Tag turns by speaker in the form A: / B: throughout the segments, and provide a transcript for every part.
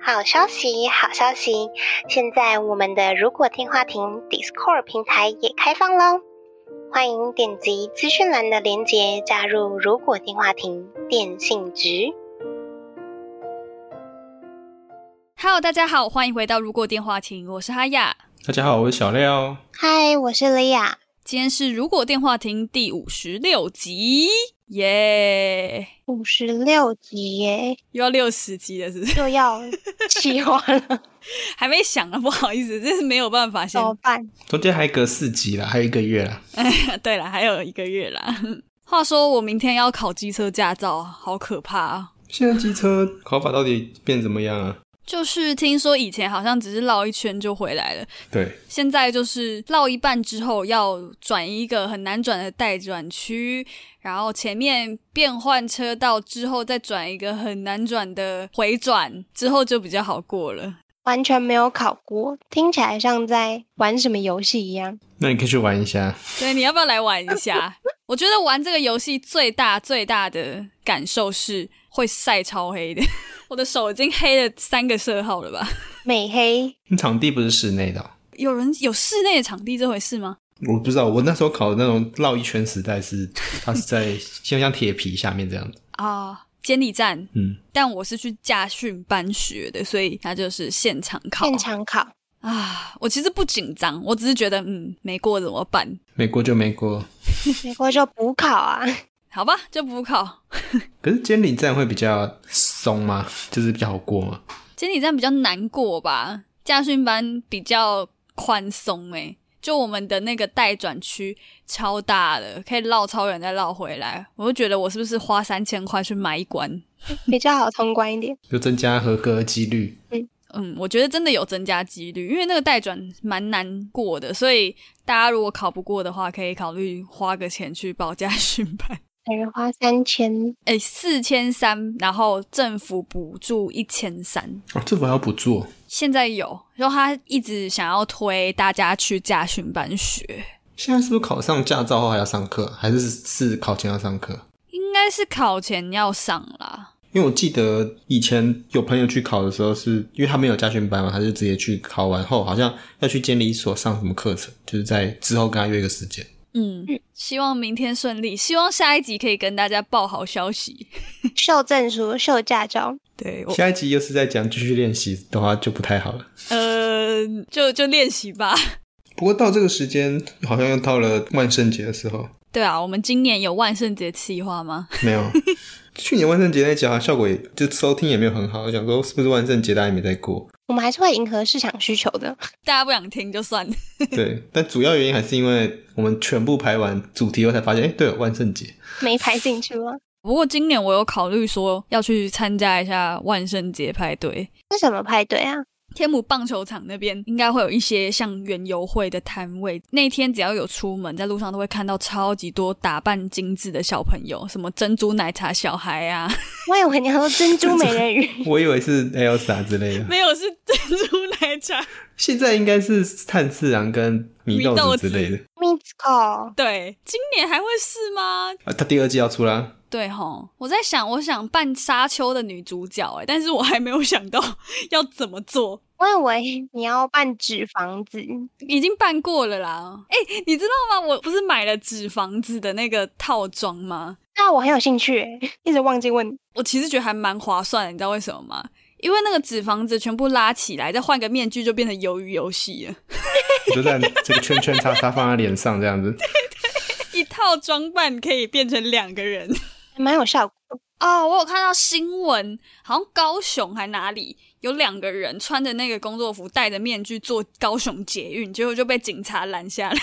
A: 好消息，好消息！现在我们的如果电话亭 Discord 平台也开放喽，欢迎点击资讯栏的链接加入如果电话亭电信局。
B: Hello，大家好，欢迎回到《如果电话亭》，我是哈雅。
C: 大家好，我是小廖。
A: 嗨，我是莉亚。
B: 今天是《如果电话亭》第五十六集，耶、
A: 五十六集耶，
B: 又要六十集了，是 不是？
A: 又要气完了，
B: 还没想啊，不好意思，这是没有办法先
A: 怎。
D: 哦
A: 么办？
C: 中间还隔四集啦，还有一个月啦。
B: 对了，还有一个月啦。 话说我明天要考机车驾照，好可怕啊！
C: 现在机车考法到底变怎么样啊？
B: 就是听说以前好像只是绕一圈就回来了，
C: 对，
B: 现在就是绕一半之后要转一个很难转的待转区，然后前面变换车道之后再转一个很难转的回转，之后就比较好过了。
D: 完全没有考过，听起来像在玩什么游戏一样。
C: 那你可以去玩一下。
B: 对，你要不要来玩一下？我觉得玩这个游戏最大最大的感受是会晒超黑的， 我的手已经黑了三个色号了吧？
D: 美黑
C: 那场地不是室内的哦、
B: 有人有室内的场地这回事吗？
C: 我不知道。我那时候考的那种绕一圈时代是，它是在像像铁皮下面这样子。
B: 啊，监理站，
C: 嗯，
B: 但我是去驾训班学的，所以它就是现场考。
D: 现场考，
B: 啊，我其实不紧张，我只是觉得嗯，没过怎么办？
C: 没过就没过。
D: 美国就补考啊，
B: 好吧，就补考。
C: 可是监理站会比较松吗？就是比较好过吗？
B: 监理站比较难过吧，驾训班比较宽松诶。就我们的那个待转区超大的，可以绕超远再绕回来，我就觉得我是不是花三千块去买一关？
D: 比较好通关一点。
C: 就增加合格的几率。
B: 嗯，我觉得真的有增加几率，因为那个代转蛮难过的，所以大家如果考不过的话，可以考虑花个钱去报驾训班，
D: 每人花三千，
B: 诶，哎四千三，然后政府补助一千三，
C: 哦，政府还要补助。
B: 现在有，然后他一直想要推大家去驾训班学，
C: 现在是不是考上驾照后还要上课，还是是考前要上课？
B: 应该是考前要上啦。
C: 因为我记得以前有朋友去考的时候是，因为他没有家训班嘛，他就直接去考完后，好像要去监理所上什么课程，就是在之后跟他约一个时间。
B: 嗯，希望明天顺利，希望下一集可以跟大家报好消息。
D: 秀证书、秀驾照，
B: 对，我
C: 下一集又是在讲继续练习的话就不太好了。
B: 呃，就就练习吧。
C: 不过到这个时间，好像又到了万圣节的时候，
B: 对啊，我们今年有万圣节企划吗？
C: 没有。去年万圣节那集好像效果也就收听也没有很好，我想说是不是万圣节大家也没在过？
D: 我们还是会迎合市场需求的。
B: 大家不想听就算了。
C: 对，但主要原因还是因为我们全部排完主题后才发现，哎，对了，万圣节。
D: 没排进去吗？
B: 不过今年我有考虑说要去参加一下万圣节派对，
D: 是什么派对啊？
B: 天母棒球场那边应该会有一些像园游会的摊位。那天只要有出门，在路上都会看到超级多打扮精致的小朋友，什么珍珠奶茶小孩啊，
D: 我以为你要说珍珠美人鱼，
C: 我以为是 Elsa 之类的。
B: 没有是珍珠奶茶，
C: 现在应该是炭次郎跟米豆子之类的
D: m i t s c o
B: 对，今年还会是吗？
C: 啊，他第二季要出啦，
B: 对吼，我在想，我想扮沙丘的女主角、欸，但是我还没有想到要怎么做。
D: 我以为你要办纸房子，
B: 已经办过了啦。哎、你知道吗？我不是买了纸房子的那个套装吗？
D: 那我很有兴趣 欸，一直忘记问。
B: 我其实觉得还蛮划算的，你知道为什么吗？因为那个纸房子全部拉起来，再换个面具就变成鱿鱼游戏了，
C: 我就在这个圈圈叉叉放在脸上这样子。
B: 一套装扮可以变成两个人。
D: 还蛮有效果。
B: 哦，我有看到新闻，好像高雄还哪里有两个人穿着那个工作服，戴着面具坐高雄捷运，结果就被警察拦下来。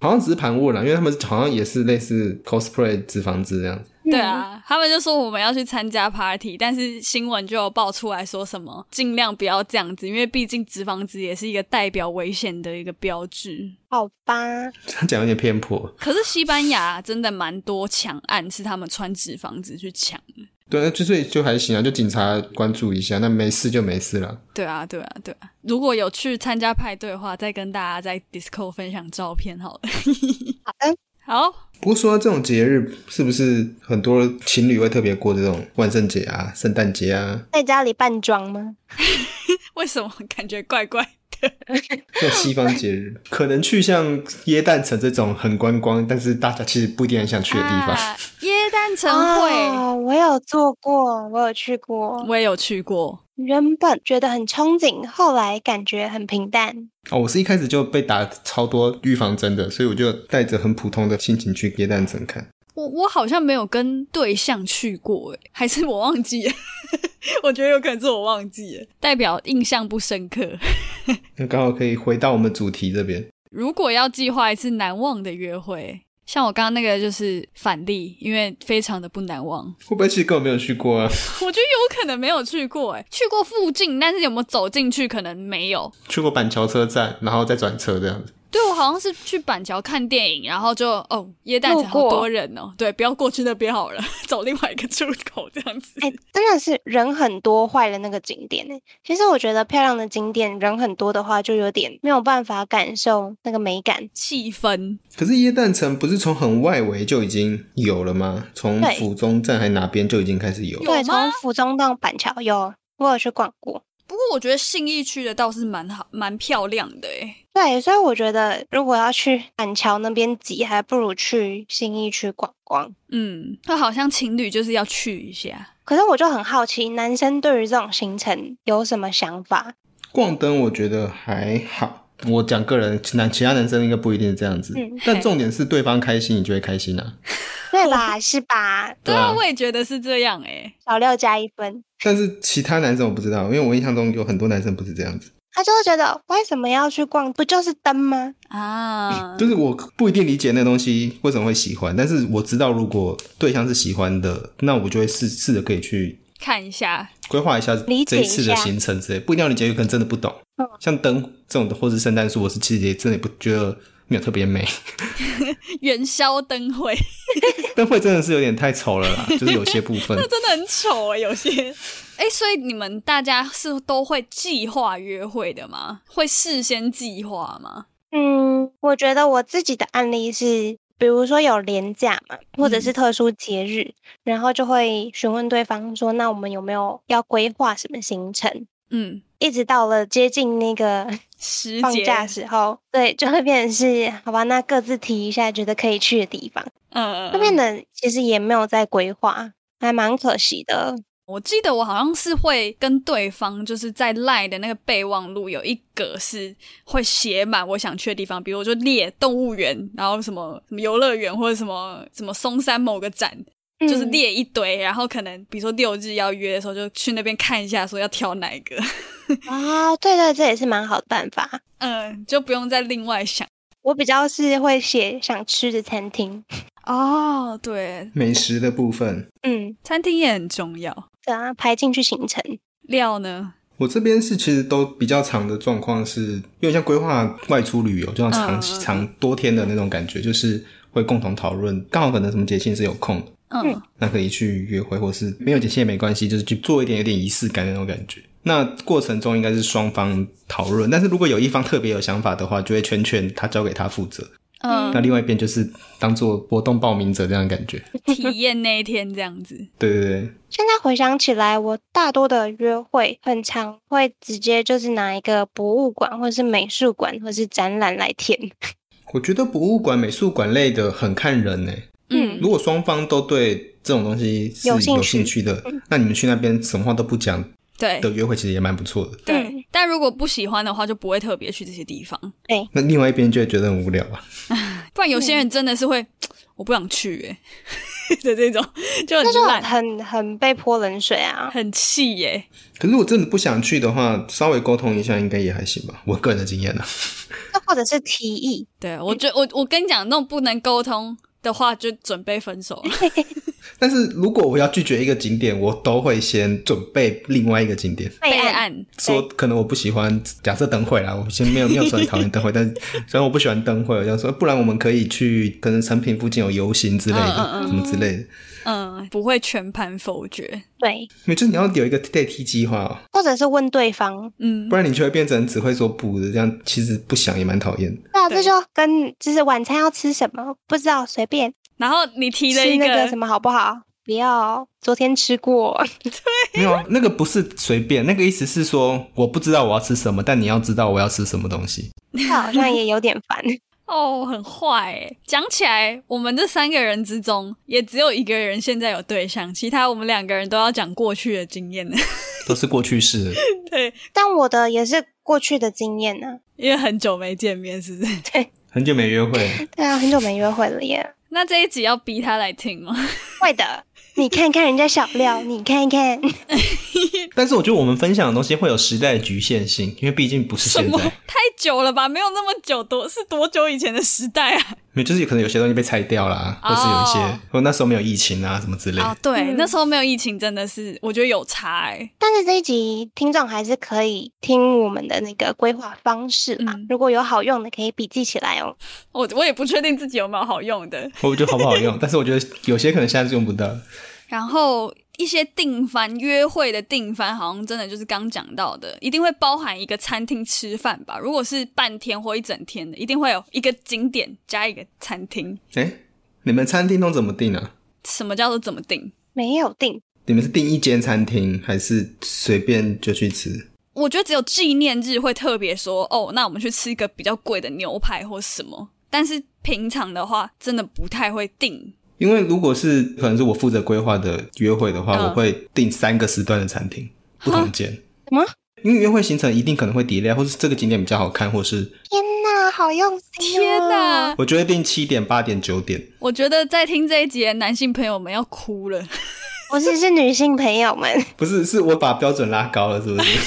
C: 好像只是盘问了，因为他们好像也是类似 cosplay 脂肪子这样子。
B: 对
D: 嗯
B: 啊，他们就说我们要去参加 party，但是新闻就有爆出来说什么尽量不要这样子，因为毕竟脂肪值也是一个代表危险的一个标志。
D: 好吧，
C: 他讲有点偏颇。
B: 可是西班牙真的蛮多抢案是他们穿脂肪值去抢的。
C: 对，就所以就还行啊，就警察关注一下，那没事就没事了。
B: 对啊，对啊，对啊！如果有去参加派对的话，再跟大家在 Disco 分享照片好了。
D: 好哎的，
B: 好，
C: 不过说到这种节日，是不是很多情侣会特别过这种万圣节啊、圣诞节啊
D: 在家里扮装吗？
B: 为什么感觉怪怪？
C: 这种西方节日？ 可能去像耶诞城这种很观光，但是大家其实不一定很想去的地方。
B: 啊、耶诞城会、
D: 哦，我有做过，我有去过。
B: 我也有去过，
D: 原本觉得很憧憬，后来感觉很平淡。
C: 哦，我是一开始就被打超多预防针的，所以我就带着很普通的心情去耶诞城看。
B: 我我好像没有跟对象去过，诶，还是我忘记了。 我觉得有可能是我忘记了，代表印象不深刻。
C: 那刚好可以回到我们主题这边。
B: 如果要计划一次难忘的约会，像我刚刚那个就是反例，因为非常的不难忘。
C: 会不会其实根本没有去过啊？
B: 我觉得有可能没有去过、欸，去过附近，但是有没有走进去，可能没有。
C: 去过板桥车站，然后再转车这样子。
B: 对我好像是去板桥看电影，然后就哦，耶诞城好
D: 路过
B: 多人哦，对，不要过去那边好了， 走另外一个出口这样 子。
D: 哎、真的是人很多坏了那个景点呢、其实我觉得漂亮的景点人很多的话，就有点没有办法感受那个美感。
B: 气氛
C: 可是耶诞城不是从很外围就已经有了吗？从
D: 对
C: 府中站还哪边就已经开始有了
B: 有
D: 对，
B: 吗
D: 从府中到板桥有，我有去逛过。
B: 不过我觉得信义区的倒是蛮好，蛮漂亮的欸诶。
D: 对，所以我觉得如果要去板桥那边挤，还不如去信义区逛逛。
B: 嗯，那好像情侣就是要去一下。
D: 可是我就很好奇，男生对于这种行程有什么想法？
C: 逛灯，我觉得还好。我讲个人，男其他男生应该不一定是这样子，
D: 嗯
C: 但重点是对方开心，你就会开心啊。
D: 对吧？是吧？
B: 对啊，
C: 啊，
B: 我也觉得是这样欸诶。
D: 小六加一分。
C: 但是其他男生我不知道，因为我印象中有很多男生不是这样子，
D: 他就会觉得为什么要去逛？不就是灯吗？嗯
B: 啊，
C: 就是我不一定理解那东西为什么会喜欢，但是我知道如果对象是喜欢的，那我就会试试着可以去
B: 看一下，
C: 规划一下
D: 理
C: 这
D: 解一
C: 一
D: 下
C: 次的行程之类，不一定要理解，有可能真的不懂。
D: 嗯
C: 像灯这种的，或是圣诞树，我是其实也真的也不觉得没有特 别美。
B: 元宵灯会，
C: 灯会真的是有点太丑了啦，就是有些部 分
B: 那真的很丑哎、有些。 哎、所以你们大家是都会计划约会的吗？会事先计划吗？
D: 嗯，我觉得我自己的案例是，比如说有年假嘛，或者
B: 嗯
D: 是特殊节日，然后就会询问对方说，那我们有没有要规划什么行程？
B: 嗯，
D: 一直到了接近那个
B: 时
D: 放
B: 节，
D: 假时候，对，就会变成是好吧，那各自提一下觉得可以去的地方。
B: 嗯，
D: 那边的其实也没有在规划，还蛮可惜的。
B: 我记得我好像是会跟对方就是在赖的那个备忘录有一格是会写满我想去的地方，比如我就列动物园，然后什么什么游乐园或者什么什么松山某个展，就是
D: 嗯
B: 列一堆，然后可能比如说六日要约的时候就去那边看一下，说要挑哪一个，
D: 啊、对对，这也是蛮好的办法。
B: 嗯，就不用再另外想。
D: 我比较是会写想吃的餐厅，
B: 哦，对，
C: 美食的部分。
D: 嗯，
B: 餐厅也很重要。
D: 对啊，排进去行程。
B: 料呢？
C: 我这边是其实都比较长的状况是，因为像规划外出旅游，就像长、
B: 嗯嗯嗯
C: 长多天的那种感觉，就是会共同讨论，刚好可能什么节庆是有空的，
B: 嗯，
D: 嗯
C: 那可以去约会，或是没有节庆也没关系，就是去做一点有点仪式感的那种感觉。那过程中应该是双方讨论，但是如果有一方特别有想法的话，就会全权他交给他负责，那
B: 嗯，
C: 另外一边就是当做活动报名者这样的感觉。
B: 体验那一天这样 子。
C: 对对对，
D: 现在回想起来，我大多的约会很常会直接就是拿一个博物馆或是美术馆或是展览来填。
C: 我觉得博物馆、美术馆类的很看人呢、欸
B: 嗯
C: 如果双方都对这种东西是有
D: 有兴趣
C: 兴趣的，
B: 嗯
C: 那你们去那边什么话都不讲
B: 对
C: 的约会，其实也蛮不错的。
B: 对，但如果不喜欢的话，就不会特别去这些地方。
C: 那另外一边就会觉得很无聊啊。
B: 不然有些人真的是会，我不想去哎、欸、 的这种，就
D: 那就很
B: 很烂，
D: 很很被泼冷水啊！
B: 很气耶、
C: 可是我真的不想去的话，稍微沟通一下应该也还行吧。我个人的经验呢、
D: 那或者是提议，
B: 嗯对我觉我我跟你讲，那种不能沟通的话，就准备分手了。
C: 但是如果我要拒绝一个景点，我都会先准备另外一个景点。
B: 备
D: 备案
B: 案，
C: 说可能我不喜欢，假设灯会啦，我先没有没有说很讨厌 灯会，但是虽然我不喜欢灯会，我就说哎不然我们可以去可能成品附近有游行之类的，
B: 嗯嗯嗯
C: 什么之类的，
B: 嗯，不会全盘否决，
D: 对，
C: 没就是你要有一个代替计划、哦，
D: 或者是问对方。
B: 嗯
C: 不，然你就会变成只会说不的，这样其实不想也蛮 讨厌的。
D: 对啊，这
B: 对
D: 就跟就是晚餐要吃什么不知道，随便
B: 然后你提了
D: 吃
B: 一
D: 那个什么好不好？不要，昨天吃 过。
C: 没有啊，那个不是随便，那个意思是说我不知道我要吃什么，但你要知道我要吃什么东西。
D: 那好像也有点烦。
B: 哦，很坏诶。讲起来，我们这三个人之中，也只有一个人现在有对象，其他我们两个人都要讲过去的经验，
C: 都是过去式了，
B: 对，
D: 但我的也是过去的经验啊呢、
B: 因为很久没见面，是不是？
C: 很久没约会，
D: 对啊，很久没约会了耶。
B: 那这一集要逼他来听吗？
D: 会的，你看看人家小 廖，你看一看，
C: 但是我觉得我们分享的东西会有时代的局限性，因为毕竟不是
B: 什
C: 现
B: 么
C: 在，
B: 太久了吧？没有那么久，多是多久以前的时代 啊？
C: 没有就是可能有些东西被拆掉啦，或是有一些
B: 哦，
C: 或那时候没有疫情啊什么之类的。
B: 啊，对，
D: 嗯
B: 那时候没有疫情，真的是我觉得有差欸诶。
D: 但是这一集听众还是可以听我们的那个规划方式啦。
B: 嗯
D: 如果有好用的，可以笔记起来哦。我
B: 我我也不确定自己有没有好用的。
C: 我觉得好不 好用，但是我觉得有些可能现在是用不到。
B: 然后一些订番约会的订番，好像真的就是刚讲到的，一定会包含一个餐厅吃饭吧。如果是半天或一整天的，一定会有一个景点加一个餐厅。
C: 哎，你们餐厅都怎么订啊？
B: 什么叫做怎么订？
D: 没有定，
C: 你们是订一间餐厅，还是随便就去吃？
B: 我觉得只有纪念日会特别说哦，那我们去吃一个比较贵的牛排或什么。但是平常的话，真的不太会订。
C: 因为如果是可能是我负责规划的约会的话，
B: 嗯哦
C: 我会订三个时段的餐厅，不同间。
D: 什么？
C: 因为约会行程一定可能会 delay，或是啊这个景点比较好看，或是
D: 天哪，好用心、哦！
B: 天哪！，
C: 我就会定七点、八点、九点。
B: 我觉得在听这一集的男性朋友们要哭了。
D: 我只是女性朋友们，
C: 不是，是我把标准拉高了，是不是？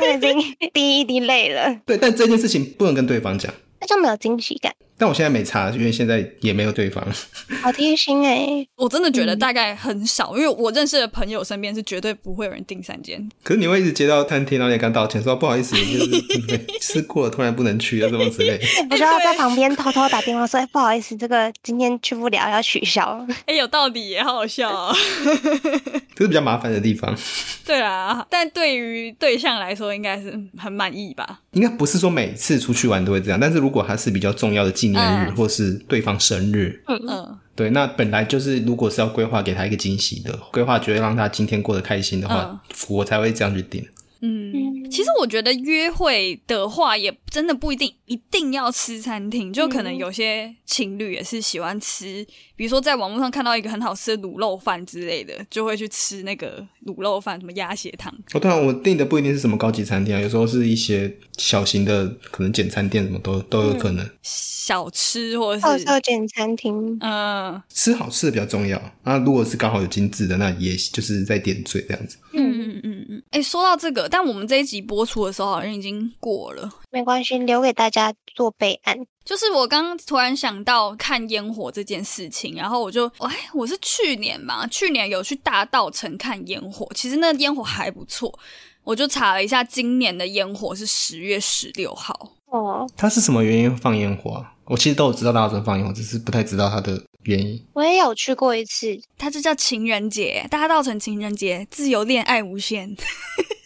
D: 我已 经滴一滴泪了，
C: 对，但这件事情不能跟对方讲。
D: 那就没有惊喜感，
C: 但我现在没差，因为现在也没有对方。
D: 好贴心哎、
B: 我真的觉得大概很少，因为我认识的朋友身边是绝对不会有人订三间。
C: 可是你会一直接到餐厅，然后你刚道歉说不好意思，就是吃过了突然不能去了什么之类。
D: 我就要在旁边偷偷打电话说：“哎、不好意思，这个今天去不了，要取消。
B: 哎、有道理耶，好好笑啊、
C: 这是比较麻烦的地方。
B: 对啦，但对于对象来说，应该是嗯很满意吧？
C: 应该不是说每次出去玩都会这样，但是如果它是比较重要的纪念日、
B: 嗯
C: 或是对方生日，
B: 嗯，
C: 对，那本来就是如果是要规划给他一个惊喜的，规划觉得让他今天过得开心的话，我才会这样去定。
B: 嗯，
D: 嗯
B: 其实我觉得约会的话，也真的不一定一定要吃餐厅，就可能有些情侣也是喜欢吃，比如说在网络上看到一个很好吃的卤肉饭之类的，就会去吃那个卤肉饭，什么鸭血汤。
C: 我当哦啊然我定的不一定是什么高级餐厅啊，有时候是一些小型的，可能简餐店什么都都有可能。
B: 嗯小吃或”者
D: 特
B: 是
D: 色简餐厅，
B: 嗯
C: 吃好吃的比较重要。那如果是刚好有精致的，那也就是在点缀这样子。
B: 嗯嗯嗯嗯，哎、说到这个，但我们这一集播出的时候好像已经过了。
D: 没关系，留给大家做备案。
B: 就是我刚刚突然想到看烟火这件事情，然后我就哎，我是去年嘛，去年有去大道城看烟火，其实那烟火还不错。我就查了一下，今年的烟火是十月十六号。
D: 哦，
C: 它是什么原因放烟火啊？我其实都有知道大家放烟火，只是不太知道它的原因。
D: 我也有去过一次，
B: 它就叫情人节，大道城情人节，自由恋爱无限。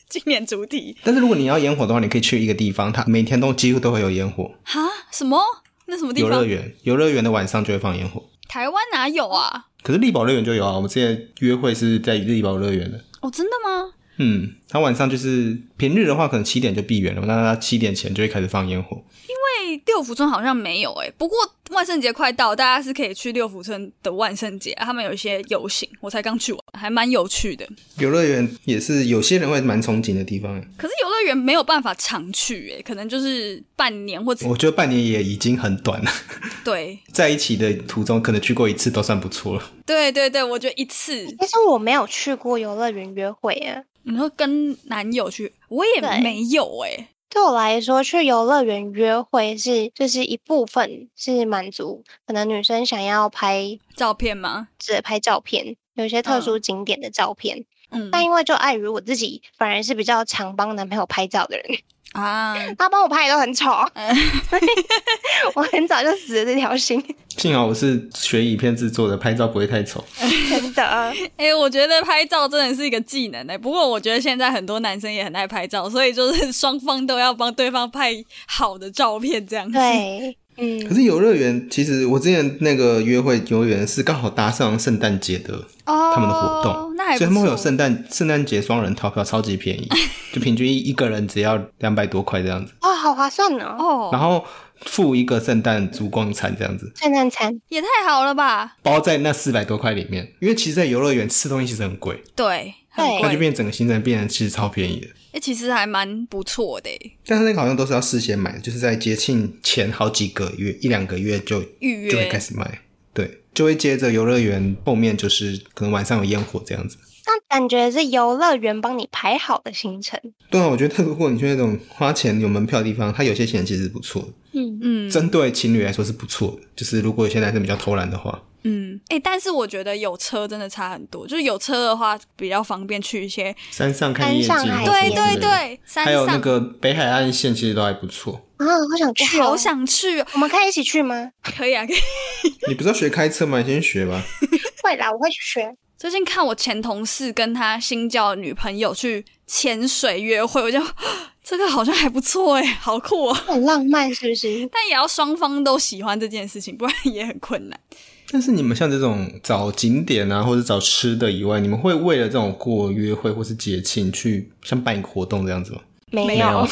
B: 今年主题
C: 但是如果你要烟火的话，你可以去一个地方，它每天都几乎都会有烟火。
B: 哈什么？那什么地
C: 游乐
B: 方？
C: 园，游乐园的晚上就会放烟火。
B: 台湾哪有啊？
C: 可是力宝乐园就有啊，我们之前约会是在力宝乐园的。
B: 哦，真的吗？
C: 嗯，它晚上就是平日的话，可能七点就闭园了，那它七点前就会开始放烟火。
B: 哎六福村好像没有哎、不过万圣节快到，大家是可以去六福村的万圣节，他们有一些游行，我才刚去完，还蛮有趣的。
C: 游乐园也是有些人会蛮憧憬的地方，欸
B: 可是游乐园没有办法常去哎、可能就是半年或者
C: 我觉得半年也已经很短了，
B: 对
C: 在一起的途中可能去过一次都算不错了。
B: 对对对，我觉得一次，
D: 但是我没有去过游乐园约会耶。
B: 你说跟男友去，我也
D: 对
B: 没有哎、
D: 对我来说，去游乐园约会是就是一部分是满足，可能女生想要拍
B: 照片吗？
D: 只拍照片，有一些特
B: 嗯
D: 殊景点的照片。
B: 嗯
D: 但因为就碍于我自己，反而是比较常帮男朋友拍照的人，
B: 啊，
D: 他帮我拍的都很丑，
B: 嗯
D: 我很早就死了这条心，
C: 幸好我是学影片制作的，拍照不会太丑。
D: 真 的。
B: 哎、我觉得拍照真的是一个技能哎、不过我觉得现在很多男生也很爱拍照，所以就是双方都要帮对方拍好的照片这样子。
D: 对，
C: 可
D: 嗯，
C: 是游乐园，其实我之前那个约会游乐园是刚好搭上圣诞节的
B: 哦，
C: 他们的活动，
B: 那还不
C: 所以他们会有
B: 错
C: 圣诞圣诞节双人套票，超级便宜，就平均一一个人只要两百多块这样子，
D: 哇、好划算哦！
B: 哦，
C: 然后付一个圣诞烛光餐这样子，
D: 圣诞餐，
B: 也太好了吧？
C: 包在那四百多块里面。因为其实，在游乐园吃东西其实很贵，
B: 对，很
D: 对
C: 那
B: 贵，
C: 就变成整个行程变成其实超便宜的。
B: 哎、其实还蛮不错的、欸，
C: 但是那个好像都是要事先买的，就是在节庆前好几个月，一两个月就
B: 预约
C: 就会开始卖，对，就会接着游乐园后面就是可能晚上有烟火这样子。
D: 那感觉是游乐园帮你排好的行程。
C: 对啊，我觉得如果你去那种花钱有门票的地方，它有些钱其实不错，
D: 嗯，
B: 嗯
C: 针对情侣来说是不错的。就是如果有些男生比较偷懒的话，
B: 嗯，哎、但是我觉得有车真的差很多，就是有车的话比较方便去一些，
C: 山上看夜景
D: 山
C: 或
D: 上
C: 什
D: 海哦
C: 么之
B: 对
C: 类的，
B: 对对，山
C: 还有那
B: 上。
C: 个北海岸线其实都还不错。
D: 啊，好想去、
B: 我
D: 哦，
B: 好，想去哦，
D: 我们可以一起去吗？
B: 可以啊，可 以。
C: 你不是要学开车吗？你先学吧。
D: 会啦，我会去学。
B: 最近看我前同事跟他新交的女朋友去潜水约会，我就 这个好像还不错哎，好酷哦！
D: 很浪漫，是不是？
B: 但也要双方都喜欢这件事情，不然也很困难。
C: 但是你们像这种找景点啊，或者找吃的以外，你们会为了这种过约会或是节庆去像办一个活动这样子吗？
D: 没
B: 有，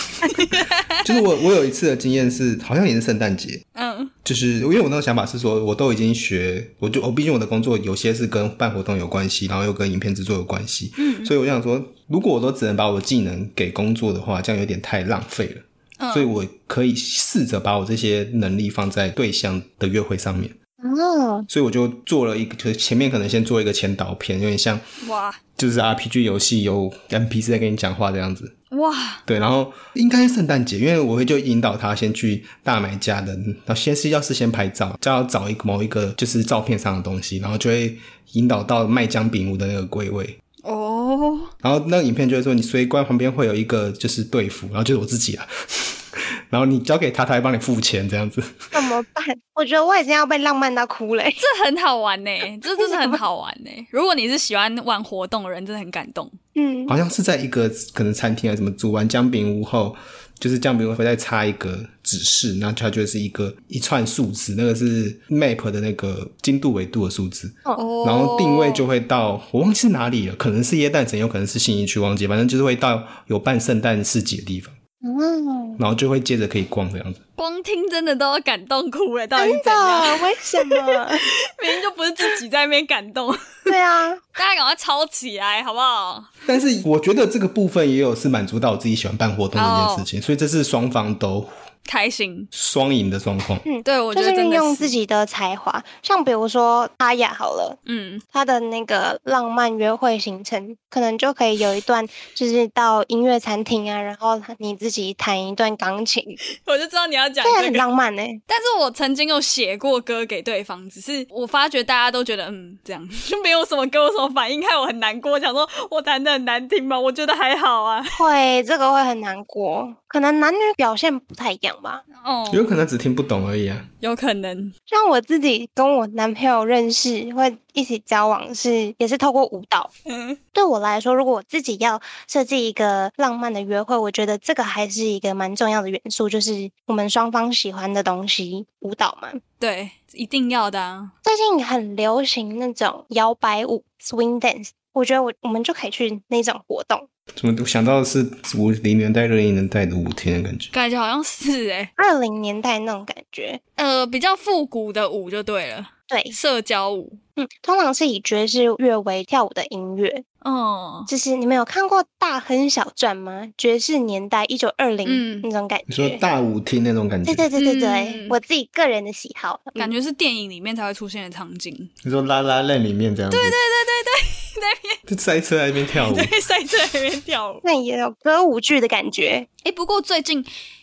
C: 就是我我有一次的经验是，好像也是圣诞节，
B: 嗯
C: 就是因为我那个想法是说，我都已经学，我就我毕竟我的工作有些是跟办活动有关系，然后又跟影片制作有关系，
B: 嗯
C: 所以我想说，如果我都只能把我的技能给工作的话，这样有点太浪费了。
B: 嗯，
C: 所以我可以试着把我这些能力放在对象的约会上面，
D: 哦，
C: 所以我就做了一个，就是前面可能先做一个前导片，有点像
B: 哇
C: 就是 RPG 游戏有 NPC 在跟你讲话这样子，
B: 哇，
C: 对，然后应该是圣诞节，因为我会就引导他先去大买家的，然后先是要事先拍照，就要找一个某一个就是照片上的东西，然后就会引导到卖姜饼屋的那个柜位，
B: 哦，
C: 然后那个影片就会说你随关旁边会有一个就是队服，然后就是我自己啊， 然后你交给他，他会帮你付钱这样子。
D: 怎么办？我觉得我已经要被浪漫到哭了欸。
B: 这很好玩呢，这真的很好玩 呢。如果你是喜欢玩活动的人，真的很感动。
D: 嗯，
C: 好像是在一个可能餐厅还是啊什么，煮完姜饼屋后，就是姜饼屋会再插一个指示，那它就是一个一串数字，那个是 map 的那个经度纬度的数字，
B: 哦，
C: 然后定位就会到我忘记是哪里了，可能是耶诞城，有可能是信义区，忘记，反正就是会到有办圣诞市集的地方，
D: 哦，
C: 然后就会接着可以逛这样子。
B: 光听真的都要感动哭了，到底是
D: 真
B: 怎样？
D: 的？为什么？
B: 明明就不是自己在那边感 动，
D: 对啊，
B: 大家赶快抄起来好不好？
C: 但是我觉得这个部分也有是满足到我自己喜欢办活动这件事情，所以这是双方都
B: 开心，
C: 双赢的状况。
B: 对我
D: 就
B: 觉
D: 是
B: 得真
D: 运
B: 的
D: 用
B: 是
D: 自己的才华，像比如说阿雅好了。
B: 嗯，
D: 她的那个浪漫约会行程，可能就可以有一段，就是到音乐餐厅啊，然后你自己弹一段钢琴，
B: 我就知道你要讲
D: 这也
B: 这
D: 很
B: 个。
D: 浪漫呢、
B: 但是我曾经有写过歌给对方，只是我发觉大家都觉得嗯这样， 就没有什么给我什么反应，害我很难过。想说我弹的很难听吗？我觉得还好啊。
D: 会，这个会很难过，可能男女表现不太一样吧。
B: 哦，
C: 有可能只听不懂而已啊，
B: 有可能
D: 像我自己跟我男朋友认识，会一起交往是也是透过舞蹈。
B: 嗯
D: 对我来说，如果我自己要设计一个浪漫的约会，我觉得这个还是一个蛮重要的元素，就是我们双方喜欢的东西，舞蹈嘛。
B: 对，一定要的啊。
D: 最近很流行那种摇摆舞 （swing dance），我觉得我我们就可以去那种活动。
C: 怎么想到的是五零年代、六零年代的舞厅的感觉？
B: 感觉好像是诶、
D: 二零年代那种感觉，
B: 呃，比较复古的舞就对了，
D: 对，
B: 社交舞。
D: 嗯，通常是以爵士乐为跳舞的音乐，
B: 哦，
D: 就是你们有看过《大亨小传》吗？爵士年代一九二
B: 嗯
D: 零那种感
C: 你
D: 觉。
C: 说大舞厅那种感觉
D: 对？对对对对，
B: 嗯
D: 我自己个人的喜好。嗯
B: 感觉是电影里面才会出现的场景。
C: 你说拉拉链里面这样子？对对
B: 那边
C: 就塞车在那边跳舞。
B: 对，塞车在那边跳 舞。
D: 那也有歌舞剧的感觉。
B: 哎、不过最近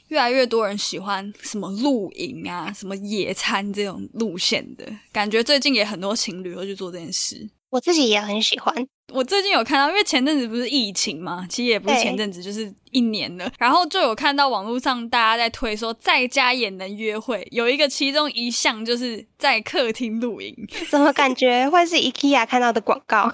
B: 越来越多人喜欢什么露营啊、什么野餐这种路线的，感觉最近也很多情侣会去做这件事。
D: 我自己也很喜欢，
B: 我最近有看到，因为前阵子不是疫情嘛，其实也不是
D: 对
B: 前阵子，就是一年了。然后就有看到网络上大家在推说，在家也能约会，有一个其中一项就是在客厅露营。
D: 怎么感觉会是 IKEA 看到的广告？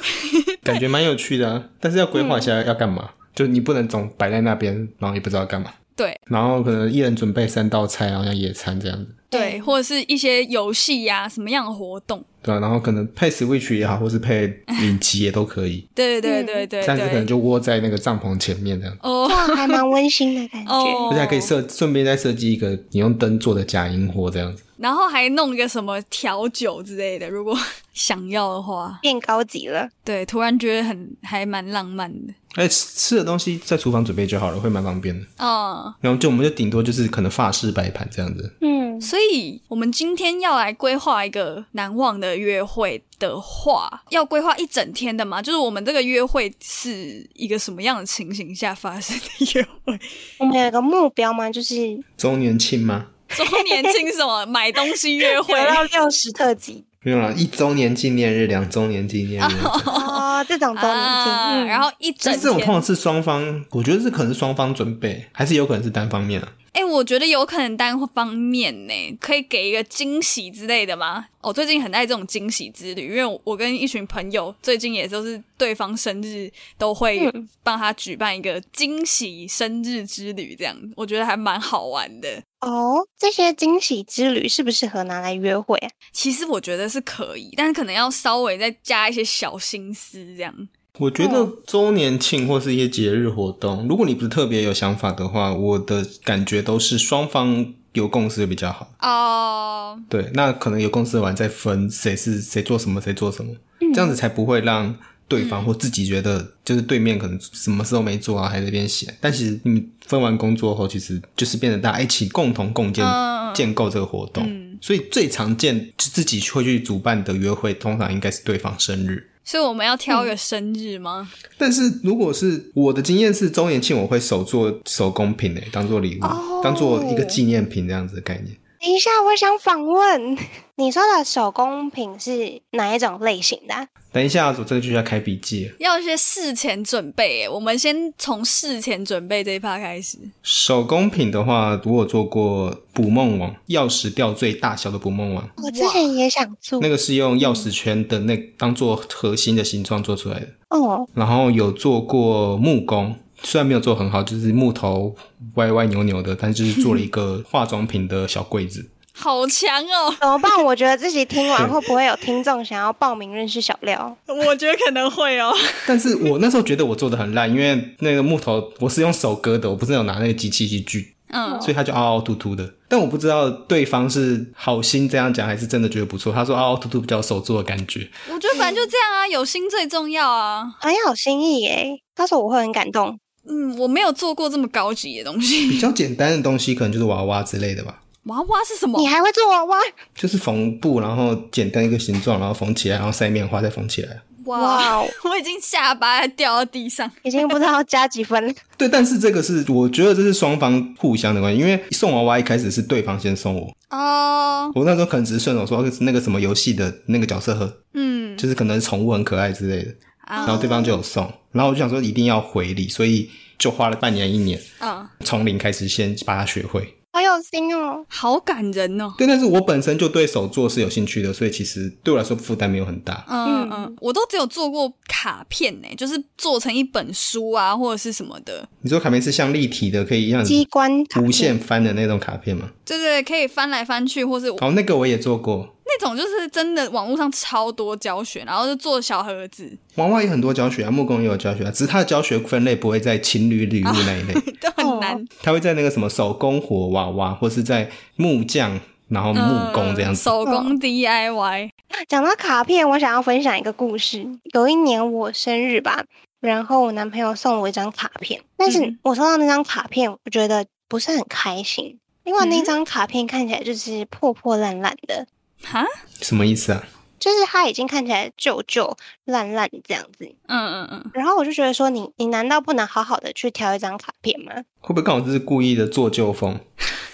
C: 感觉蛮有趣的、啊，但是要规划一下要干嘛。就你不能总摆在那边，然后也不知道干嘛。
B: 对
C: 然后可能一人准备三道菜，然后像野餐这样子，
B: 对，或者是一些游戏呀，什么样的活动？。
C: 对啊？然后可能配 Switch 也好，或是配影集也都可以
B: 对对
D: 嗯
B: 对对
C: 但是可
B: 对
C: 能
B: 对。
C: 就窝在那个帐篷前面这样，
B: 哦
D: 哇，还蛮温馨的感觉。
B: 哦
C: 而且还可以设顺便再设计一个你用灯做的假萤火这样子。
B: 然后还弄一个什么调酒之类的，如果 想要的话，
D: 变高级了，
B: 对，突然觉得很还蛮浪漫的。
C: 哎，吃吃的东西在厨房准备就好了，会蛮方便的。
B: 嗯，
C: 然后就我们就顶多就是可能法式摆盘这样子，
D: 嗯，
B: 所以我们今天要来规划一个难忘的约会的话，要规划一整天的嘛？就是我们这个约会是一个什么样的情形下发生的约会？
D: 我们有一个目标嘛， 就是
C: 周年庆吗？
B: 周年庆什么买东西约会
D: 回？到六十特 辑
C: 没有啦，一周年纪念日、两周年纪念日，
D: 哦，这种都已经，
B: 啊，
D: 嗯
B: 然后一整
C: 但是这种通
B: 天，
C: 常是双方，我觉得是可能是双方准备，还是有可能是单方面啊。
B: 哎、我觉得有可能单方面呢，可以给一个惊喜之类的吗？我、最近很爱这种惊喜之旅，因为我我跟一群朋友最近也都是对方生日都会
D: 嗯
B: 帮他举办一个惊喜生日之旅，这样我觉得还蛮好玩的。
D: 哦，这些惊喜之旅适不适合拿来约会啊？
B: 其实我觉得是可以，但是可能要稍微再加一些小心思这样。
C: 我觉得周年庆或是一些节日活动，如果你不是特别有想法的话，我的感觉都是双方有共识比较好。
B: 哦、
C: 对，那可能有共识完再分谁是谁做什么，谁做什么，
B: 嗯
C: 这样子才不会让对方或自己觉得就是对面可能什么事都没做啊，还在那边闲。但其实你们分完工作后，其实就是变得大家一起共同共建、
B: 嗯
C: 建构这个活动。
B: 嗯
C: 所以最常见就自己会去主办的约会，通常应该是对方生日。
B: 所以我们要挑一个生日吗？
C: 但是如果是我的经验是周年庆，我会手做手工品诶、当做礼物，
B: 哦
C: 当做一个纪念品这样子的概念。
D: 等一下，我想访问，你说的手工品是哪一种类型的啊、
C: 等一下，我这个就要开笔记了，
B: 要一些事前准备耶，我们先从事前准备这一趴开始。
C: 手工品的话，我有做过捕梦网，钥匙吊坠大小的捕梦网，
D: 我之前也想做
C: 那个是用钥匙圈的那当做核心的形状做出来的。
D: 哦，
C: 然后有做过木工，虽然没有做很好，就是木头歪歪扭扭的，但就是做了一个化妆品的小柜子。
B: 好强哦！
D: 怎么办？我觉得自己听完会不会有听众想要报名认识小廖？
B: 我觉得可能会哦。
C: 但是我那时候觉得我做的很烂，因为那个木头我是用手割的，我不是有拿那个机器去锯，
B: 嗯，
C: 所以它就凹凹凸凸的。但我不知道对方是好心这样讲，还是真的觉得不错。他说凹凹凸凸比较有手做的感觉，
B: 我觉得反正就这样啊，有心最重要啊。
D: 很有新哎意耶，到时候我会很感动。
B: 嗯，我没有做过这么高级的东
C: 比
B: 西。
C: 较简单的东西可能就是娃娃之类的吧，
B: 娃娃是什么
D: 你？还会做娃娃？
C: 就是缝布，然后简单一个形状，然后缝起来，然后塞面花再缝起来。
B: 哇，
D: 哇哦，
B: 我已经下巴掉到地上。
D: 已经不知道加几分了。
C: 对，但是这个是我觉得这是双方互相的关系，因为送娃娃一开始是对方先送我，
B: 哦，
C: 我那时候可能只是顺手说哦那个什么游戏的那个角色盒，
B: 嗯
C: 就是可能宠物很可爱之类的，然后
B: 啊
C: 对方就有送，然后我就想说一定要回礼，所以就花了半年一年，
B: 啊，
C: 从零开始先把它学会。
D: 好有心哦！
B: 好感人哦。
C: 对，但是我本身就对手作是有兴趣的，所以其实对我来说负担没有很大。
B: 嗯
D: 嗯
B: 嗯，我都只有做过卡片呢、就是做成一本书啊，或者是什么的。
C: 你说卡片是像立体的，可以让
D: 机关卡片
C: 无限翻的那种卡片吗？
B: 对对，对可以翻来翻去，或是
C: 哦，那个我也做过，
B: 那种就是真的网络上超多教学，然后就做小盒子，
C: 娃娃也很多教学啊，木工也有教学啊，只是它的教学分类不会在情侣礼物那一 类，
B: 都很难。
C: 它会在那个什么手工活娃娃，或是在木匠，然后哦木工这样子。
B: 嗯哦手工 DIY。
D: 讲到卡片，我想要分享一个故事。有一年我生日吧，然后我男朋友送我一张卡片，但是
B: 嗯
D: 我收到那张卡片，我觉得不是很开心，因为那
B: 嗯
D: 张卡片看起来就是破破烂烂的。
B: 哈，
C: 什么意思啊？
D: 就是他已经看起来旧旧烂烂这样子。
B: 嗯嗯嗯，
D: 然后我就觉得说你，你难道不能好好的去挑一张卡片吗？
C: 会不会刚好就是故意的做旧风？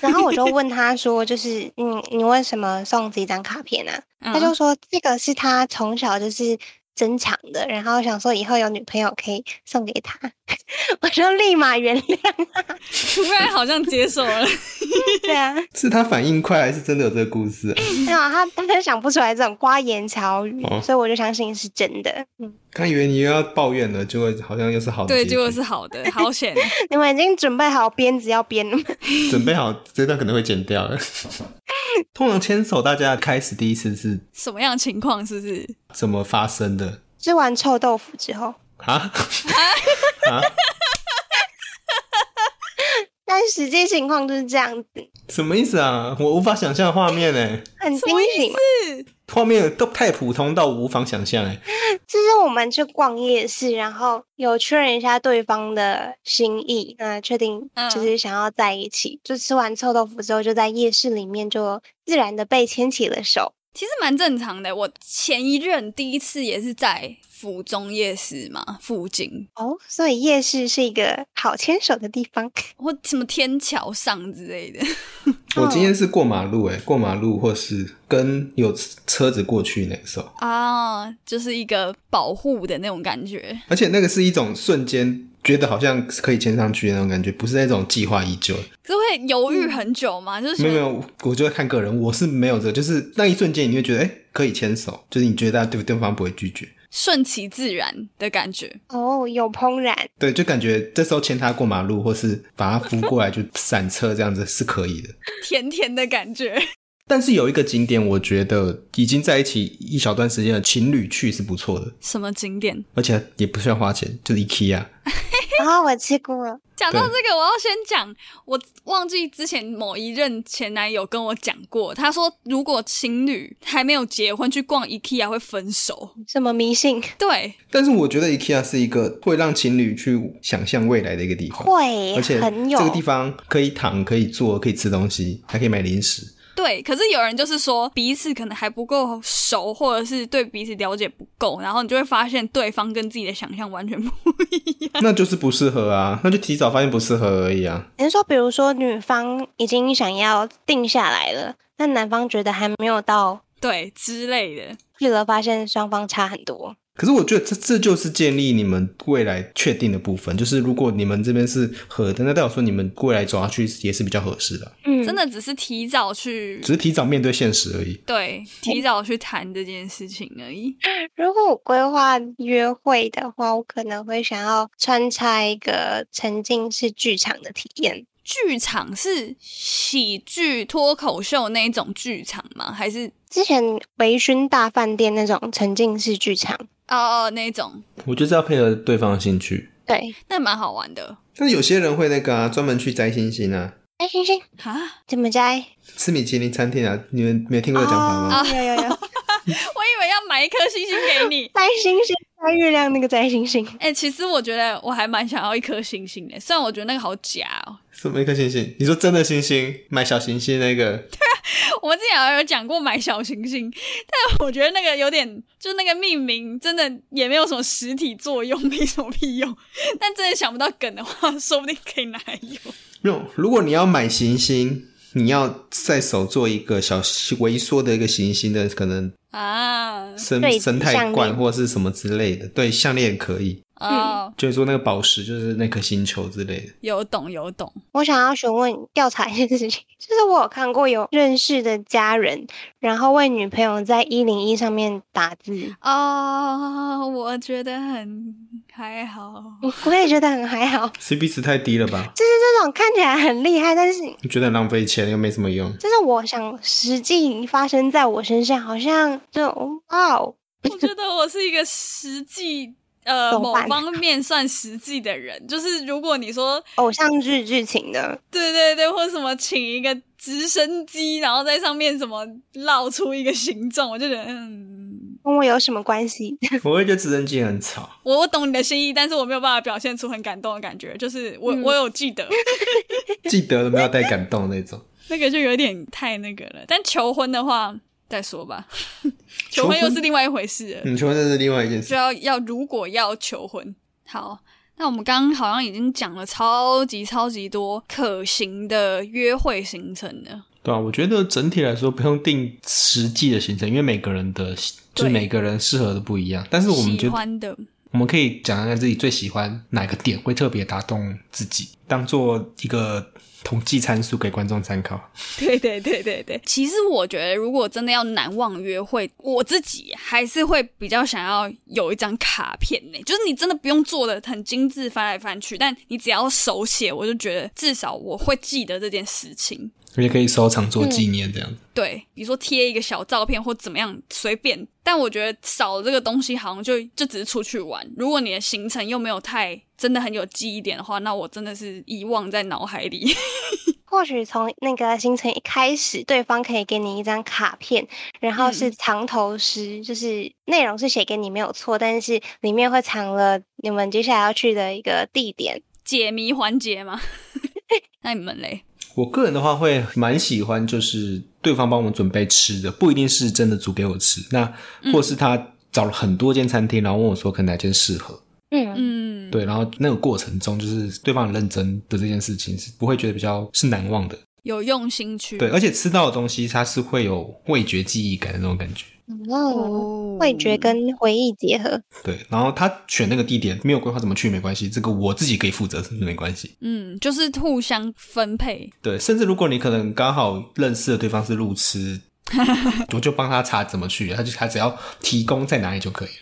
D: 然后我就问他说，就是嗯，你为什么送这张卡片啊？
B: 嗯
D: 他就说这个是他从小就是珍藏的，然后想说以后有女朋友可以送给他， 我就立马原谅。
B: 突然好像接受 了，
D: 对啊，
C: 是他反应快，还是真的有这个故事、 啊？
D: 没有他，他就想不出来这种花言巧语，
C: 哦
D: 所以我就相信是真的。 嗯，
C: 刚以为你又要抱怨了，结果好像又是好的
B: 对，
C: 结
B: 结果
C: 局
B: 是好 的，好险。
D: 你们已经准备好鞭子要鞭了吗？
C: 准备好这段可能会剪掉 了。通常牵手大家开始第一次是
B: 什么样情况是不是？
C: 怎么发生的
D: 吃完臭豆腐之后，
C: 啊？ 啊，
D: 但实际情况就是这样子，
C: 什么意思啊？我无法想象画面哎，
D: 很
B: 什
D: 惊
B: 么
D: 喜
B: 意
D: 嘛。
B: 思？
C: 画面都太普通到无法想象哎。
D: 这是我们去逛夜市，然后有确认一下对方的心意，那确定
B: 嗯
D: 就是想要在一起。就吃完臭豆腐之后，就在夜市里面就自然的被牵起了手。
B: 其实蛮正常的。我前一任第一次也是在府中夜市嘛附近，
D: 哦，所以夜市是一个好牵手的地方。
B: 或什么天桥上之类的。
C: 我今天是过马路哎，过马路或是跟有车子过去那个时候，
B: 啊，就是一个保护的那种感觉。
C: 而且那个是一种瞬间觉得好像可以牵上去的那种感觉，不是那种计划已久的。
B: 就会犹豫很久嘛，就是
C: 嗯没有没有，我就会看个人，我是没有这个，就是那一瞬间你会觉得哎、诶可以牵手，就是你觉得对对方不会拒绝，
B: 顺其自然的感觉。
D: 哦，有怦然，
C: 对，就感觉这时候牵他过马路，或是把他扶过来就闪车这样子是可以的。
B: 甜甜的感觉。
C: 但是有一个景点，我觉得已经在一起一小段时间的情侣去是不错的，
B: 什么景点？
C: 而且也不需要花钱，就是 IKEA。
D: 然后我吃过了，
B: 讲到
C: 对
B: 这个，我要先讲，我忘记之前某一任前男友跟我讲过，他说如果情侣还没有结婚去逛 IKEA 会分手。
D: 什么迷信？
B: 对，
C: 但是我觉得 IKEA 是一个会让情侣去想象未来的一个地方，
D: 会，
C: 而且
D: 哦很有
C: 这个地方可以躺，可以坐，可以吃东西，还可以买零食。
B: 对，可是有人就是说彼此可能还不够熟，或者是对彼此了解不够，然后你就会发现对方跟自己的想象完全不 一样。
C: 那就是不适合啊，那就提早发现不适合而已啊。
D: 你是说，比如说女方已经想要定下来了，但男方觉得还没有到，
B: 对之类的，
D: 去了发现双方差很多。
C: 可是我觉得这这就是建立你们未来确定的部分，就是如果你们这边是合的，那代表说你们未来走下去也是比较合适的，啊
D: 嗯
B: 真的只是提早去
C: 只是提早面对现实而已。
B: 对，提早去谈这件事情而已。
D: 如果我规划约会的话，我可能会想要穿插一个沉浸式剧场的体验。
B: 剧场是喜剧、脱口秀那一种剧场吗？还是
D: 之前微醺大饭店那种沉浸式剧场，
B: 哦哦那一种？
C: 我觉得这要配合对方的兴趣，
D: 对，
B: 那蛮好玩的
C: 但是有些人会那个啊，专门去摘星星啊，
D: 哎，星星
B: 啊！
D: 怎么摘？
C: 吃米其林餐厅啊，你们没有听过这讲法吗？
D: 哦有有有，。
B: 我以为要买一颗星星给你
D: 摘星星，摘月亮那个摘星星，
B: 哎、其实我觉得我还蛮想要一颗星星的，虽然我觉得那个好假哦。
C: 什么一颗星星？你说真的星星，买小行星那个？
B: 我们之前好像有讲过买小行星，但我觉得那个有点，就那个命名真的也没有什么实体作用， 没什么屁用。但真的想不到梗的话， 说不定可以拿来用。
C: 没有，如果你要买行星，你要在手做一个小微缩的一个行星的可能
B: 啊
C: 生
D: 对
C: 生态
D: 项
C: 罐
D: 链
C: 或是什么之类的，对项链也可以，
B: 哦，
C: 就是说那个宝石就是那颗星球之类的。
B: 有懂有懂，
D: 我想要询问调查一件事情，就是我有看过有认识的家人，然后为女朋友在一零一上面打字，
B: 哦，我觉得很还好，
D: 我也觉得很还好，
C: CP 值太低了吧？
D: 就是这种看起来很厉害，但是
C: 你觉得很浪费钱又没什么 用，
D: 就是我想实际发生在我身上，好像就哇哦，
B: 我觉得我是一个实际。呃，
D: 怎
B: 某
D: 么办
B: 方面算实际的人，就是如果你说
D: 偶像剧剧情的，
B: 对对对，或者什么请一个直升机，然后在上面什么绕出一个形状，我就觉得嗯，
D: 跟我有什么关系？
C: 我会觉得直升机很吵。
B: 我我懂你的心意，但是我没有办法表现出很感动的感觉，就是我、
D: 嗯
B: 我有记得
C: 记得了没有带感动那种。
B: 那个就有点太那个了。但求婚的话，再说吧。求婚又是另外一回事了，
E: 嗯，求婚这是另外一件
B: 就
E: 事。
B: 要要如果要求婚，好，那我们刚刚好像已经讲了超级超级多可行的约会行程了。
C: 对啊，我觉得整体来说不用定实际的行程，因为每个人的就是每个人适合的不一样。但是我们
B: 喜
C: 觉得
B: 欢的，
C: 我们可以讲一下自己最喜欢哪个点会特别打动自己，当做一个统计参数给观众参考。
B: 对对对对对。其实我觉得，如果真的要难忘约会，我自己还是会比较想要有一张卡片呢、就是你真的不用做的很精致，翻来翻去，但你只要手写，我就觉得至少我会记得这件事情。
C: 也可以收藏做纪念这样
B: 嗯
C: 子。
B: 对，比如说贴一个小照片或怎么样，随便。但我觉得少了这个东西，好像就就只是出去玩。如果你的行程又没有太真的很有记忆点的话，那我真的是遗忘在脑海里。
D: 或许从那个行程一开始，对方可以给你一张卡片，然后是藏头诗，就是内容是写给你没有错，但是里面会藏了你们接下来要去的一个地点。
B: 解谜环节嘛，那你们嘞？
C: 我个人的话会蛮喜欢，就是对方帮我们准备吃的，不一定是真的煮给我吃，那或是他找了很多间餐厅，然后问我说可能哪间适合。
D: 嗯，
B: 嗯，
C: 对，然后那个过程中，就是对方很认真的这件事情，是不会觉得比较是难忘的。
B: 有用心去
C: 对，而且吃到的东西，它是会有味觉记忆感的那种感觉。
D: 哦，
B: 哦
D: 味觉跟回忆结合。
C: 对，然后他选那个地点没有规划怎么去没关系，这个我自己可以负责，是没关系。
B: 嗯，就是互相分配。
C: 对，甚至如果你可能刚好认识的对方是路痴，我就帮他查怎么去，他就他只要提供在哪里就可以了。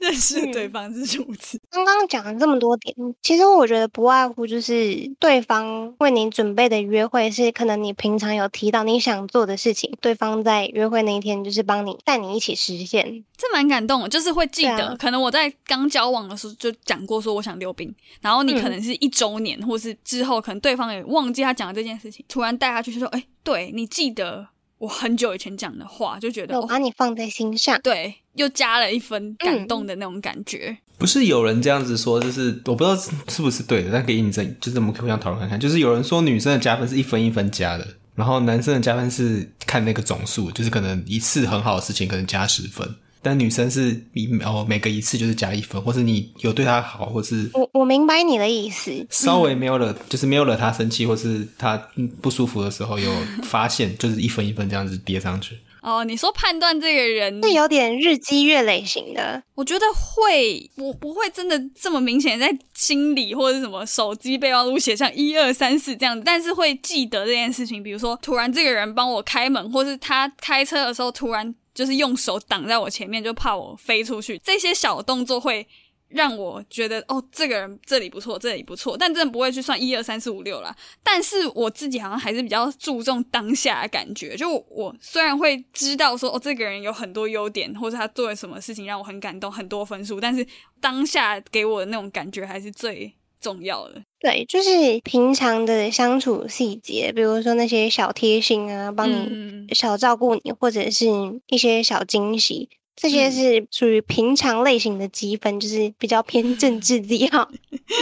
B: 认识
D: 嗯
B: 对方是如此，
D: 刚刚讲了这么多点，其实我觉得不外乎就是对方为你准备的约会是可能你平常有提到你想做的事情，对方在约会那一天就是帮你带你一起实现。
B: 这蛮感动的，就是会记
D: 对
B: 得。
D: 啊
B: 可能我在刚交往的时候就讲过，说我想溜冰，然后你
D: 嗯
B: 可能是一周年，或是之后，可能对方也忘记他讲的这件事情，突然带他去就说：“哎、对你记得我很久以前讲的话，就觉得
D: 我
B: 哦，
D: 把你放在心上，
B: 对，又加了一分感
D: 嗯
B: 动的那种感觉。
C: 不是有人这样子说，就是我不知道是是不是对的，但可以引证，就是我们可以互相讨论看看。就是有人说女生的加分是一分一分加的，然后男生的加分是看那个总数，就是可能一次很好的事情可能加十分，但女生是一哦每个一次就是加一分，或是你有对她好，或是
D: 我我明白你的意思。
C: 稍微没有惹，就是没有惹她生气，或是她嗯不舒服的时候有发现，就是一分一分这样子叠上去。
B: 哦，你说判断这个人
D: 是有点日积月累型的，
B: 我觉得会，我不会真的这么明显在心里或者是什么手机备忘录写上一二三四这样子，但是会记得这件事情。比如说，突然这个人帮我开门，或是他开车的时候突然就是用手挡在我前面，就怕我飞出去，这些小动作会。让我觉得哦，这个人这里不错，这里不错，但真的不会去算一二三四五六啦。但是我自己好像还是比较注重当下的感觉。就我我虽然会知道说哦，这个人有很多优点，或者他做了什么事情让我很感动，很多分数，但是当下给我的那种感觉还是最重要的。
D: 对，就是平常的相处细节，比如说那些小贴心啊，帮你
B: 嗯，
D: 小照顾你，或者是一些小惊喜，这些
B: 嗯
D: 是属于平常类型的积分，就是比较 偏政治利好。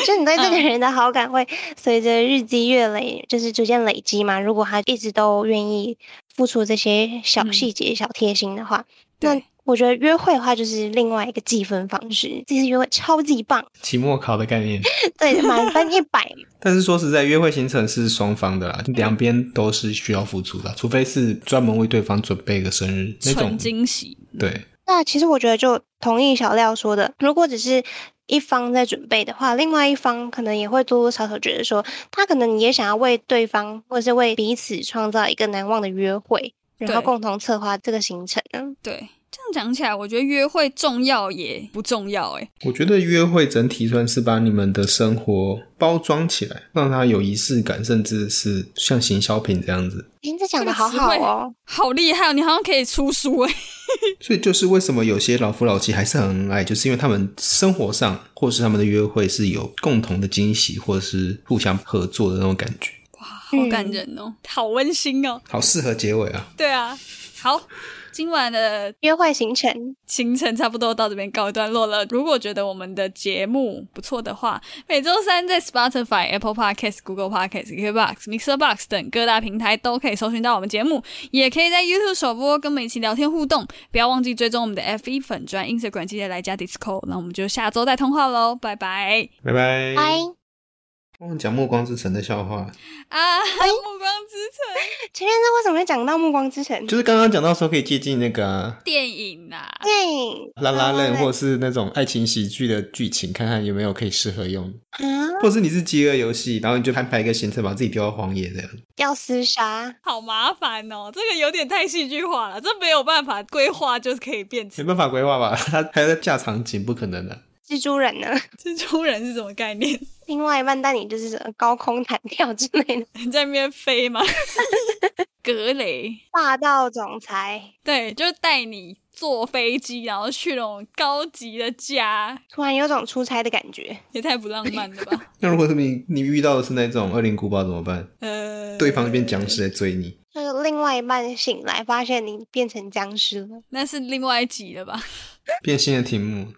D: 就你对这个
B: 嗯
D: 人的好感会随着日积月累，就是逐渐累积嘛。如果他一直都愿意付出这些小
B: 嗯
D: 细节、小贴心的话，那
B: 对。
D: 我觉得约会的话就是另外一个计分方式，这次约会超级棒，
C: 期末考的概念，
D: 对，满分一百
C: 但是说实在，约会行程是双方的啦，两边都是需要付出的，啊除非是专门为对方准备一个生日那
B: 纯
C: 种。
B: 惊喜，
C: 对，
D: 那其实我觉得就同意小廖说的，如果只是一方在准备的话，另外一方可能也会多多少少觉得说，他可能也想要为对方或是为彼此创造一个难忘的约会，然后
B: 对
D: 共同策划这个行程啊。
B: 对。这样讲起来，我觉得约会重要也不重要、欸，
C: 我觉得约会整体算是把你们的生活包装起来，让它有仪式感，甚至是像行销品这样子。
D: 哎，这讲的
B: 这个
D: 好
B: 词
D: 好
B: 汇
D: 哦，
B: 好厉害、哦！你好像可以出书、欸，
C: 所以就是为什么有些老夫老妻还是很恩爱，就是因为他们生活上或是他们的约会是有共同的惊喜，或者是互相合作的那种感觉。
B: 哇，好感人哦，好温馨哦。
C: 好适合结尾啊！
B: 对啊，好，今晚的
D: 约会行程，
B: 行程差不多到这边告一段落了。如果觉得我们的节目不错的话，每周三在 Spotify、Apple Podcast、Google Podcast、KBox、Mixer Box 等各大平台都可以搜寻到我们节目，也可以在 YouTube 首播跟我们一起聊天互动。不要忘记追踪我们的 F 1粉专 Instagram，记得来加 Discord。那我们就下周再通话喽，拜拜
C: 拜拜。
B: 嗯
D: 拜。
C: 忘了讲《暮光之城》的笑话，
B: 啊！暮光之城
D: 前面是为什么会讲到《暮光之城》？
C: 就是刚刚讲到说可以借鉴那个啊
B: 电影呐、啊，
D: 对
C: 拉拉链，
D: 对
C: 或是那种爱情喜剧的剧情，看看有没有可以适合用。
D: 啊，
C: 或是你是饥饿游戏，然后你就安排一个行程，把自己丢到荒野这样。
D: 要厮杀，
B: 好麻烦哦，这个有点太戏剧化了，这没有办法规划就是可以变
C: 没
B: 成
C: 办法规划吧？ 他还要再架场景，不可能的、
D: 蜘蛛人呢？
B: 蜘蛛人是什么概念？
D: 另外一半带你就是什么高空弹跳之类的，
B: 你在那边飞吗？格雷
D: 霸道总裁
B: 对，就是带你坐飞机，然后去那种高级的家，
D: 突然有种出差的感觉。
B: 也太不浪漫了吧？
C: 那如果是你你遇到的是那种恶灵古堡怎么办？
B: 呃，
C: 对方就变僵尸来追你，
D: 就是另外一半醒来，发现你变成僵尸了。
B: 那是另外一集了吧？
C: 变新的题目。